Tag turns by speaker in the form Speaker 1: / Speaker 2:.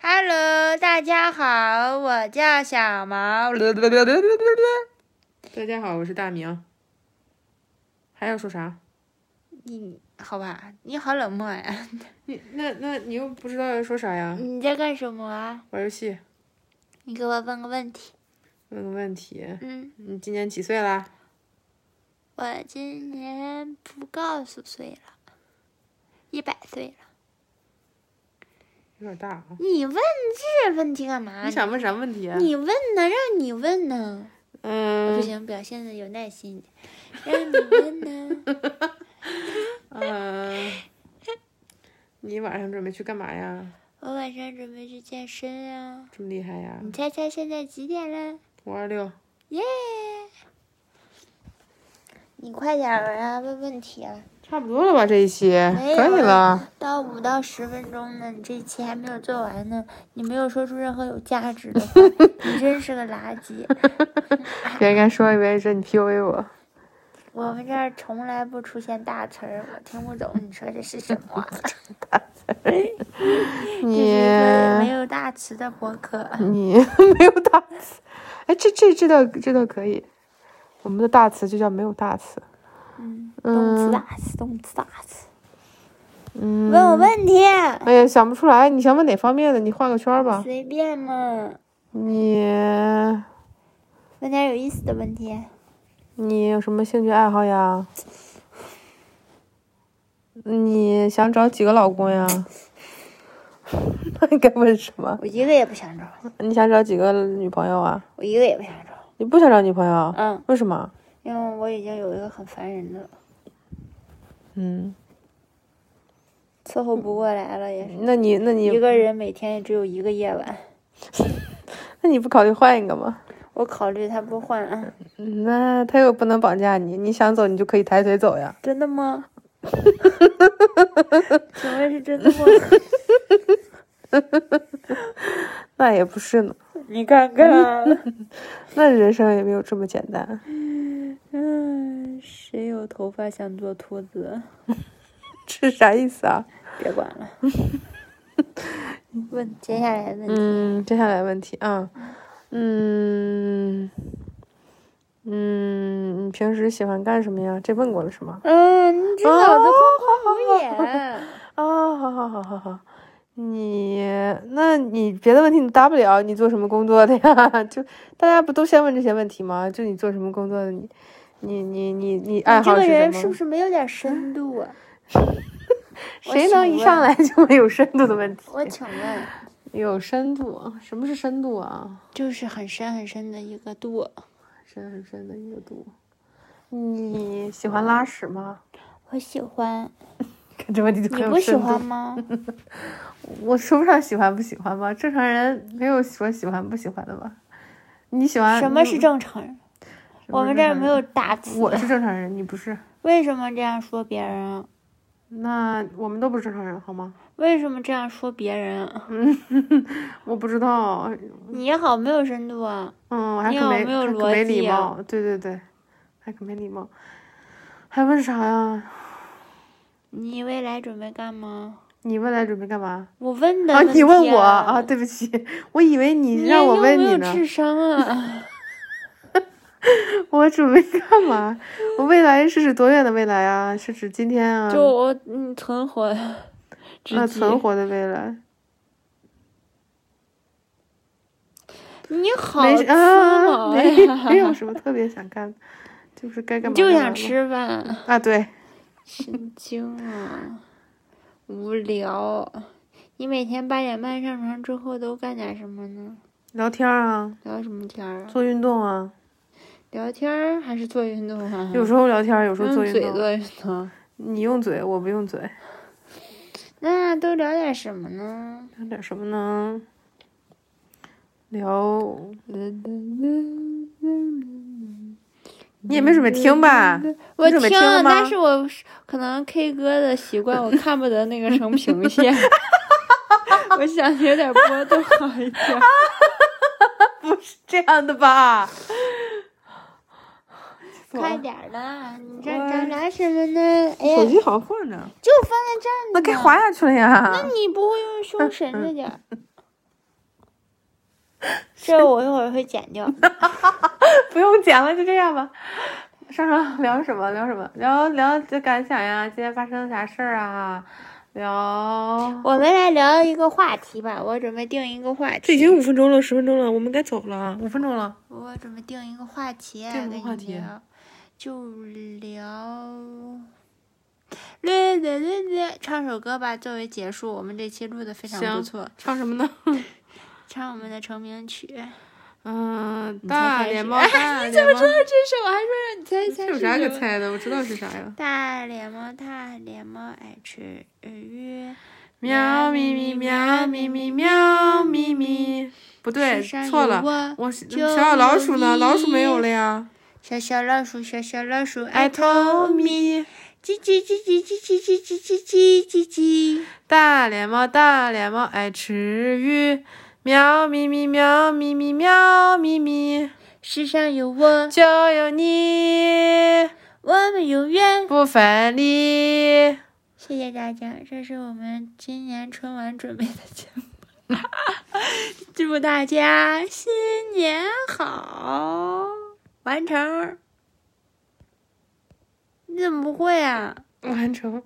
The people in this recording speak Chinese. Speaker 1: Hello，大家好，我叫小毛。
Speaker 2: 大家好，我是大明。还要说啥？
Speaker 1: 你好吧？你好冷漠啊呀、
Speaker 2: 你那那你又不知道要说啥呀？
Speaker 1: 你在干什么啊？
Speaker 2: 玩游戏，
Speaker 1: 你给我问个问题。
Speaker 2: 问个问题，
Speaker 1: 嗯，
Speaker 2: 你今年几岁啦？
Speaker 1: 我今年不告诉岁了，一百岁了。
Speaker 2: 有点大啊！
Speaker 1: 你问这问题干嘛
Speaker 2: 你？想问啥问题啊？
Speaker 1: 你问呢？让你问呢？不
Speaker 2: 嗯
Speaker 1: 行，表现的有耐心一点。让你问呢？
Speaker 2: 嗯，你晚上准备去干嘛呀？
Speaker 1: 我晚上准备去健身啊。
Speaker 2: 这么厉害呀
Speaker 1: 你？猜猜现在几点了？
Speaker 2: 五二六，
Speaker 1: 耶！你快点儿啊，问问题啊！
Speaker 2: 差不多了吧？这一期
Speaker 1: 没
Speaker 2: 可以
Speaker 1: 有
Speaker 2: 了。
Speaker 1: 到五到十分钟呢，你这期还没有做完呢，你没有说出任何有价值的话，你真是个垃圾。
Speaker 2: 别人该说一遍，这你 PUA 我。
Speaker 1: 我们这儿从来不出现大词儿，我听不懂你说这是什么。这是
Speaker 2: 你
Speaker 1: 一个没有大词的博客。
Speaker 2: 你没有大词，哎，这这这倒这倒可以。我们的大词就叫没有大词。
Speaker 1: 嗯，动词
Speaker 2: 嗯
Speaker 1: 大词，动词大词。
Speaker 2: 嗯，
Speaker 1: 问我问题，
Speaker 2: 哎呀，想不出来，你想问哪方面的？你画个圈儿吧。
Speaker 1: 随便嘛，
Speaker 2: 你
Speaker 1: 问点有意思的问题。
Speaker 2: 你有什么兴趣爱好呀？你想找几个老公呀？ 那你该问什么？
Speaker 1: 我一个也不想找，
Speaker 2: 你想找几个女朋友啊？
Speaker 1: 我一个也不想找。
Speaker 2: 你不想找女朋友？啊
Speaker 1: 嗯，
Speaker 2: 为什么？
Speaker 1: 因为我已经有一个很烦人的了，
Speaker 2: 嗯，
Speaker 1: 伺候不过来了，也是
Speaker 2: 那你那你
Speaker 1: 一个人每天也只有一个夜晚。
Speaker 2: 那你不考虑换一个吗？
Speaker 1: 我考虑他不换，啊
Speaker 2: 嗯那他又不能绑架你，你想走你就可以抬腿走呀。
Speaker 1: 真的吗？ 请问是真的 吗？
Speaker 2: 那也不是呢，
Speaker 1: 你看
Speaker 2: 啊
Speaker 1: 看，
Speaker 2: 那人生也没有这么简单。
Speaker 1: 嗯，谁有头发想做秃子？
Speaker 2: 这是啥意思啊？
Speaker 1: 别管了。问接下来问题，
Speaker 2: 嗯，接下来问题啊，嗯嗯，你平时喜欢干什么呀？这问过了是吗？哦
Speaker 1: 嗯，你这脑子空空如也。
Speaker 2: 啊，好好好好好，你那你别的问题你答不了，你做什么工作的呀？ 就大家不都先问这些问题吗？就你做什么工作的？你你你你你 爱
Speaker 1: 你这
Speaker 2: 好
Speaker 1: 个
Speaker 2: 是什
Speaker 1: 人
Speaker 2: 么？
Speaker 1: 是不是没有点深度 啊？
Speaker 2: 谁能一上来就没有深度的问题？
Speaker 1: 我请问，
Speaker 2: 有深度，什么是深度啊？
Speaker 1: 就是很深很深的一个度。
Speaker 2: 深很深的一个度。你喜欢拉屎吗？
Speaker 1: 我喜欢，
Speaker 2: 看这问题就
Speaker 1: 你
Speaker 2: 很
Speaker 1: 不
Speaker 2: 有
Speaker 1: 喜
Speaker 2: 深
Speaker 1: 欢
Speaker 2: 度。啊
Speaker 1: 吗？
Speaker 2: 我说不上喜欢不喜欢吧，正常人没有说喜欢不喜欢的吧？你喜欢
Speaker 1: 什么
Speaker 2: 你
Speaker 1: 是正常人？
Speaker 2: 什么
Speaker 1: 我们
Speaker 2: 是
Speaker 1: 这儿
Speaker 2: 正常
Speaker 1: 没
Speaker 2: 人
Speaker 1: 有大词。
Speaker 2: 我是正常人，你不是。
Speaker 1: 为什么这样说别人啊？
Speaker 2: 那我们都不是正常人，好吗？
Speaker 1: 为什么这样说别人啊？
Speaker 2: 我不知道，
Speaker 1: 你也好没有深度啊！
Speaker 2: 嗯，我还
Speaker 1: 你
Speaker 2: 可
Speaker 1: 有
Speaker 2: 没
Speaker 1: 没有
Speaker 2: 还可没
Speaker 1: 逻
Speaker 2: 礼
Speaker 1: 辑啊
Speaker 2: 貌，对对对，还可没礼貌，还问啥呀？
Speaker 1: 你未来准备干嘛？
Speaker 2: 你未来准备干嘛？
Speaker 1: 我问的、
Speaker 2: 啊，你问我啊？？对不起，我以为你
Speaker 1: 你
Speaker 2: 让我问
Speaker 1: 有没
Speaker 2: 你
Speaker 1: 有
Speaker 2: 呢。
Speaker 1: 智商 啊？
Speaker 2: 我准备干嘛？我未来是指多远的未来啊？是指今天啊？
Speaker 1: 就我嗯存活，
Speaker 2: 那
Speaker 1: 直接
Speaker 2: 啊存活的未来。
Speaker 1: 你好
Speaker 2: 没
Speaker 1: 粗
Speaker 2: 事 啊，
Speaker 1: 毛
Speaker 2: 没
Speaker 1: 呀！
Speaker 2: 没有什么特别想干的，就是该干
Speaker 1: 你
Speaker 2: 嘛
Speaker 1: 就
Speaker 2: 干嘛
Speaker 1: 想
Speaker 2: 吧
Speaker 1: 吃饭，
Speaker 2: 啊？对，
Speaker 1: 神经啊！无聊。啊你每天八点半上床之后都干点什么呢？
Speaker 2: 聊天啊，
Speaker 1: 聊什么天儿啊？
Speaker 2: 做运动啊，
Speaker 1: 聊天儿还是做运动啊？
Speaker 2: 有时候聊天，有时候
Speaker 1: 用
Speaker 2: 做
Speaker 1: 嗯嘴
Speaker 2: 运动。
Speaker 1: 做运动。
Speaker 2: 你用嘴，我不用嘴，
Speaker 1: 那都聊点什么呢？
Speaker 2: 聊点什么呢？聊，你也没准备听吧？
Speaker 1: 我
Speaker 2: 准备
Speaker 1: 听
Speaker 2: 听了
Speaker 1: 了，
Speaker 2: 吗
Speaker 1: 但是我是可能 K 歌的习惯，我看不得那个成频线。 我想有点波动好一点。
Speaker 2: 这样的吧？
Speaker 1: 快点儿啦！你这咱聊什么呢？哎
Speaker 2: 手
Speaker 1: 呀，
Speaker 2: 机好像放着，
Speaker 1: 就放在这儿呢。
Speaker 2: 那该滑下去了呀。
Speaker 1: 那你不会用胸绳着点儿？这我一会儿会剪掉。
Speaker 2: 不用剪了，就这样吧。上上聊什么？聊什么？聊聊这感想呀，今天发生了啥事儿啊？聊
Speaker 1: 我们来聊一个话题吧，我准备定一个话题。
Speaker 2: 这已经五分钟了，十分钟了，我们该走了，五分钟了。
Speaker 1: 我准备定一个话题
Speaker 2: 定
Speaker 1: 来
Speaker 2: 什么
Speaker 1: 跟
Speaker 2: 话
Speaker 1: 你
Speaker 2: 题啊
Speaker 1: 聊，就聊。略略略略，唱首歌吧，作为结束。我们这期录的非常不
Speaker 2: 行
Speaker 1: 错，
Speaker 2: 唱什么呢？
Speaker 1: 唱我们的成名曲。
Speaker 2: 嗯，
Speaker 1: 你才
Speaker 2: 大
Speaker 1: 开始
Speaker 2: 脸猫，大脸猫，
Speaker 1: 这是我还说让你猜一猜
Speaker 2: 这有啥可猜的？我知道是啥呀。
Speaker 1: 大脸猫，大脸猫爱吃日月。
Speaker 2: 喵咪咪喵咪咪喵咪咪，不对，
Speaker 1: 世上
Speaker 2: 错
Speaker 1: 有
Speaker 2: 了。
Speaker 1: 我
Speaker 2: 我是
Speaker 1: 就
Speaker 2: 小小老鼠呢？
Speaker 1: 有
Speaker 2: 老鼠没有
Speaker 1: 你
Speaker 2: 了呀。
Speaker 1: 小小老鼠，小小老鼠爱
Speaker 2: 爱
Speaker 1: 偷
Speaker 2: 偷
Speaker 1: 米。
Speaker 2: 咪，
Speaker 1: 叽叽叽叽叽叽叽叽叽叽叽叽。
Speaker 2: 大脸猫，大脸猫爱吃鱼。喵咪咪喵咪咪喵咪咪，
Speaker 1: 世上有我，
Speaker 2: 就有你
Speaker 1: 我们永远。
Speaker 2: 不分离。
Speaker 1: 谢谢大家，这是我们今年春晚准备的节目。 祝大家新年好，完成。你怎么不会啊？
Speaker 2: 完成。